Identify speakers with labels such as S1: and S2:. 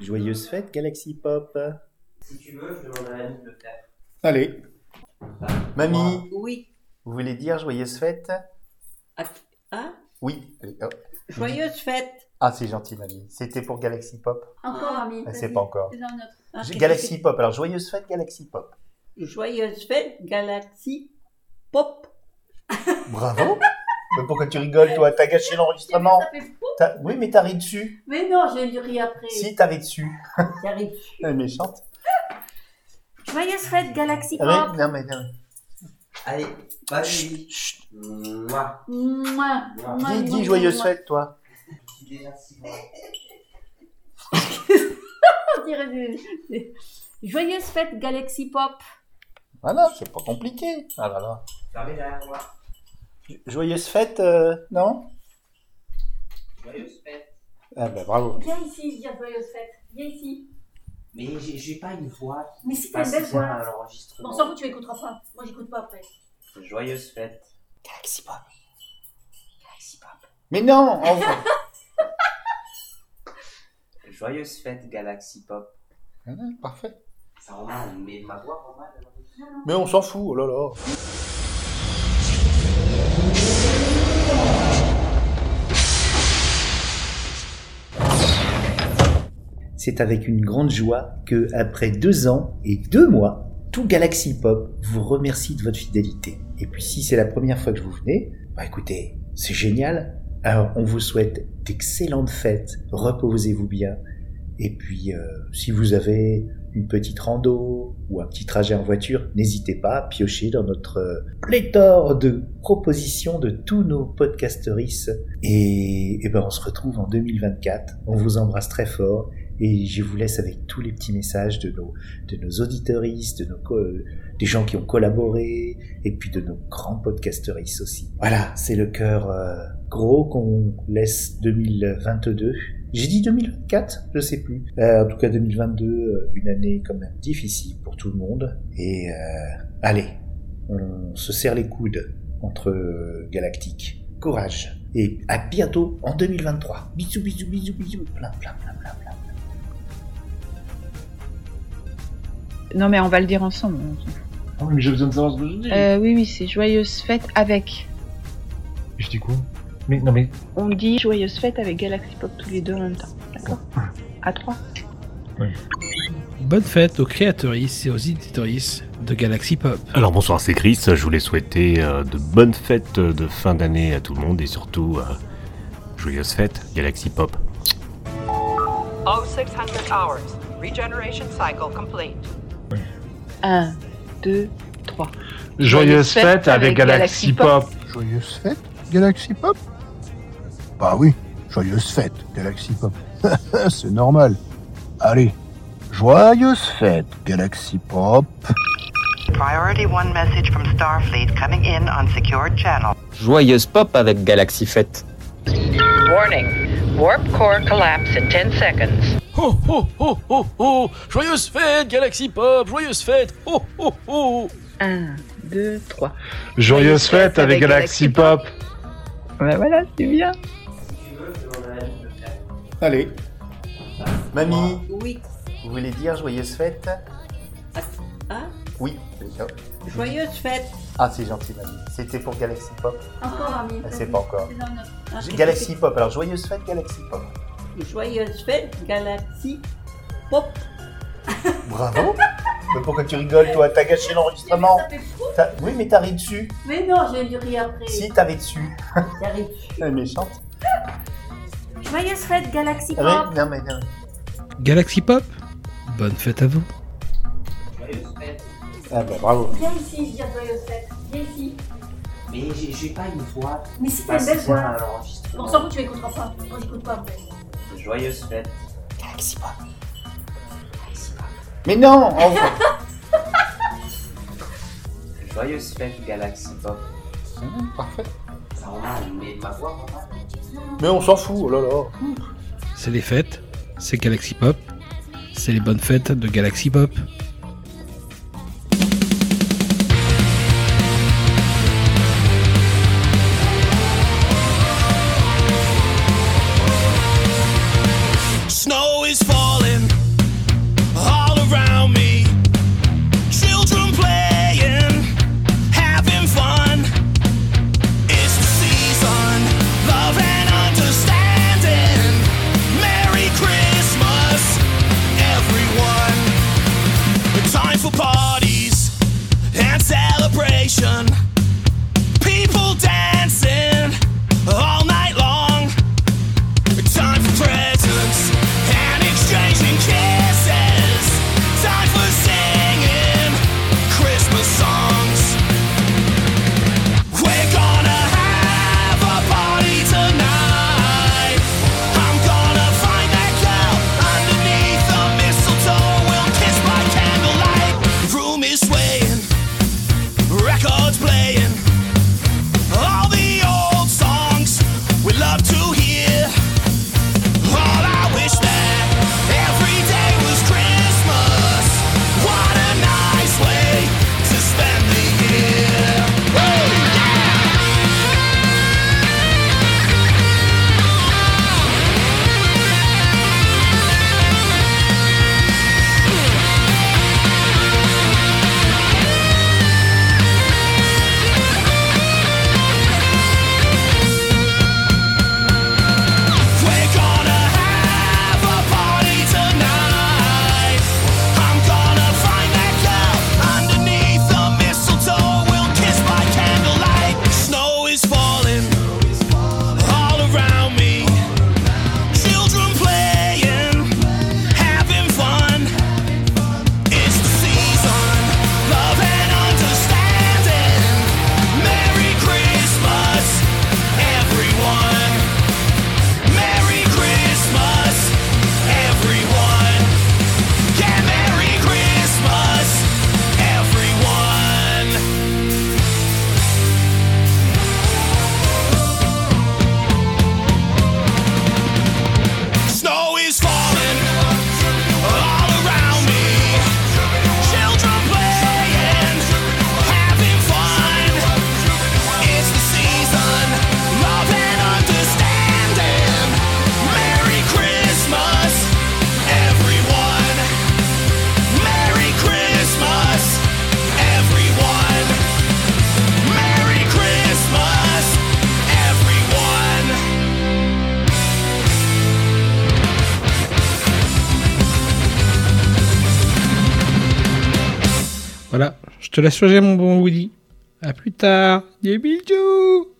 S1: Joyeuse fête, Galaxy Pop.
S2: Si tu veux, je demande à Annie de le faire.
S1: Allez. Mamie,
S3: Oui.
S1: vous voulez dire joyeuse fête
S3: Ah,
S1: Oui. Allez, hop.
S3: joyeuse fête.
S1: Ah, c'est gentil, mamie. C'était pour Galaxy Pop.
S4: Encore, Armin.
S1: Ah,
S4: vas-y.
S1: c'est pas encore.
S4: Fais-en un autre.
S3: Ah,
S1: J'ai-
S3: qu'est-ce
S1: Galaxy Pop. Alors, joyeuse fête, Galaxy Pop.
S3: que- Joyeuse fête, Galaxy Pop.
S1: Bravo. mais pourquoi tu rigoles, toi T'as gâché l'enregistrement.
S4: Ça fait fou.
S1: T'as- Oui, mais t'as ri dessus.
S4: Mais non, j'ai lu rire après.
S1: Si, t'as ri dessus.
S3: J'arrive.
S1: Elle est méchante.
S4: Joyeuse fête, Galaxy
S1: Ah
S4: Pop.
S1: oui, non, mais non.
S2: Allez, vas-y. Moi,
S4: Mouah,
S2: Dis-
S4: mouah,
S1: Dis, dis
S4: mouah,
S1: joyeuse
S4: mouah.
S1: fête, toi.
S2: je suis déjà si loin.
S4: On dirait du- du- Joyeuse fête, Galaxy Pop.
S1: Voilà, Ah c'est pas compliqué. Ah là là.
S2: Fermez derrière moi.
S1: Jo- Joyeuse fête, euh, non
S2: Joyeuse fête.
S1: Ah ben, bravo.
S4: Viens ici, dire joyeuse fête. Viens ici.
S2: Mais j'ai j'ai pas une voix qui
S4: Mais si t'as
S1: Ah,
S2: passe
S4: une
S2: bien
S4: belle voix.
S2: à
S4: On s'en
S2: l'enregistrement.
S4: fout, tu écouteras pas. Moi, j'écoute pas après.
S2: Joyeuse fête.
S1: Galaxy Pop.
S4: Galaxy Pop.
S1: Mais non en vrai.
S2: Joyeuse fête, Galaxy Pop.
S1: Voilà, Hein, Parfait.
S2: Ça rend mal, mais ma voix rend mal. alors.
S1: Mais on s'en fout, oh là là. C'est avec une grande joie que, après deux ans et deux mois, tout Galaxy Pop vous remercie de votre fidélité. Et puis si c'est la première fois que vous venez, bah écoutez, c'est génial. Alors on vous souhaite d'excellentes fêtes, reposez-vous bien. Et puis euh, si vous avez une petite rando ou un petit trajet en voiture, n'hésitez pas à piocher dans notre euh, pléthore de propositions de tous nos podcasteristes. Et, et ben on se retrouve en 2024. On vous embrasse très fort et je vous laisse avec tous les petits messages de nos, de nos auditeuristes, de nos co- euh, des gens qui ont collaboré et puis de nos grands podcasteristes aussi. Voilà, c'est le cœur euh, gros qu'on laisse 2022. J'ai dit 2024, je sais plus. Euh, en tout cas 2022, euh, une année quand même difficile pour tout le monde. Et euh, allez, on se serre les coudes entre euh, galactiques. Courage et à bientôt en 2023. Bisous, bisous, bisous, bisous, plein, plein, plein, plein, plein.
S5: Non, mais on va le dire ensemble.
S6: Oh, mais j'ai besoin de savoir ce que je dis.
S5: Euh, oui, oui, c'est joyeuse fête avec.
S6: Je dis quoi Mais non, mais.
S5: On dit joyeuse fête avec Galaxy Pop tous les deux en même temps. D'accord À trois.
S7: Bonne fête aux créatrices et aux éditrices de Galaxy Pop.
S8: Alors bonsoir, c'est Chris. Je voulais souhaiter euh, de bonnes fêtes de fin d'année à tout le monde et surtout euh, joyeuses fêtes Galaxy Pop.
S9: 0600 hours. Regeneration cycle complete.
S5: Un, deux, trois.
S6: Joyeuse fête, avec Galaxy Pop.
S10: Joyeuse fête, Galaxy Pop Bah oui, joyeuse fête, Galaxy Pop. C'est normal. Allez, joyeuse fête, Galaxy Pop.
S9: Priority 1 message from Starfleet coming in on secured channel.
S11: Joyeuse pop avec Galaxy Fête.
S9: Warning. Warp core collapse in 10 seconds.
S7: Ho ho ho ho ho Joyeuse fête Galaxy Pop Joyeuse fête Ho ho ho
S5: Un, deux, trois.
S6: Joyeuse fête avec Galaxy Pop.
S5: Bah voilà, c'est bien.
S2: Si tu veux, je demande à Annie de le faire.
S1: Allez. Mamie,
S3: Oui.
S1: vous voulez dire joyeuse fête
S3: Ah,
S1: Oui.
S3: joyeuse fête. Hein,
S1: Ah, c'est gentil, mamie. C'était pour Galaxy Pop.
S4: Encore, Armin.
S1: Ah,
S4: vas-y.
S1: C'est pas encore.
S4: Fais-en un autre.
S3: Ah, qu'est-ce
S1: Galaxy Pop. Alors joyeuse fête, Galaxy Pop.
S3: que- Joyeuse fête, Galaxy Pop.
S1: Bravo. mais pourquoi tu rigoles, toi T'as gâché l'enregistrement.
S4: Ça fait fou.
S1: T'as- Oui, mais t'as ri dessus.
S4: Mais non, j'ai lu rire après.
S1: Si t'as ri dessus.
S3: J'arrive.
S1: Elle est méchante.
S4: Joyeuse fête, Galaxy Pop.
S1: Ah oui, non, mais non.
S7: Galaxy Pop Bonne fête à vous
S2: Joyeuse fête.
S1: Ah bah bravo.
S4: Viens ici, dire joyeuse fête. Viens ici.
S2: Mais j'ai j'ai pas une voix qui
S4: Mais si
S1: Ah,
S4: t'as une
S2: passe
S4: belle
S2: bien
S4: voix.
S2: à
S4: On s'en
S2: l'enregistrement.
S4: fout, tu écouteras pas. Moi, j'écoute pas après.
S2: Joyeuse fête.
S1: Galaxy Pop. Mais non en vrai.
S2: Joyeuse fête, Galaxy Pop.
S1: Hum, Parfait.
S2: Ça rend mal, mais ma voix rend mal.
S1: Mais on s'en fout, oh là là.
S7: C'est les fêtes, c'est Galaxy Pop, c'est les bonnes fêtes de Galaxy Pop.
S9: Snow is falling.
S12: falling all around me. Children playing, having fun. It's the season, love and understanding. Merry Christmas, everyone. Time for parties and celebration. People dancing all night long. Time for presents and exchanging kisses. Time for singing Christmas songs. We're gonna have a party tonight. I'm gonna find that girl underneath the mistletoe. We'll kiss by candlelight. Room is swaying, records playing. All the old songs we love to hear. All I wish that every day was Christmas. What a nice way to spend the year. Oh, yeah! We're gonna have a party tonight. I'm gonna find that girl underneath the mistletoe. We'll kiss by candlelight. Snow is falling all around me. Children playing, having fun. It's the season, love and understanding. Merry Christmas, everyone. Merry Christmas, everyone. Yeah, Merry Christmas, everyone. Snow is falling all around me. Children playing, having fun. It's the season, love and understanding. Merry Christmas, everyone. Merry Christmas, everyone. Merry Christmas, everyone.
S13: Voilà, je te laisse choisir mon bon Woody. À plus tard, des bisous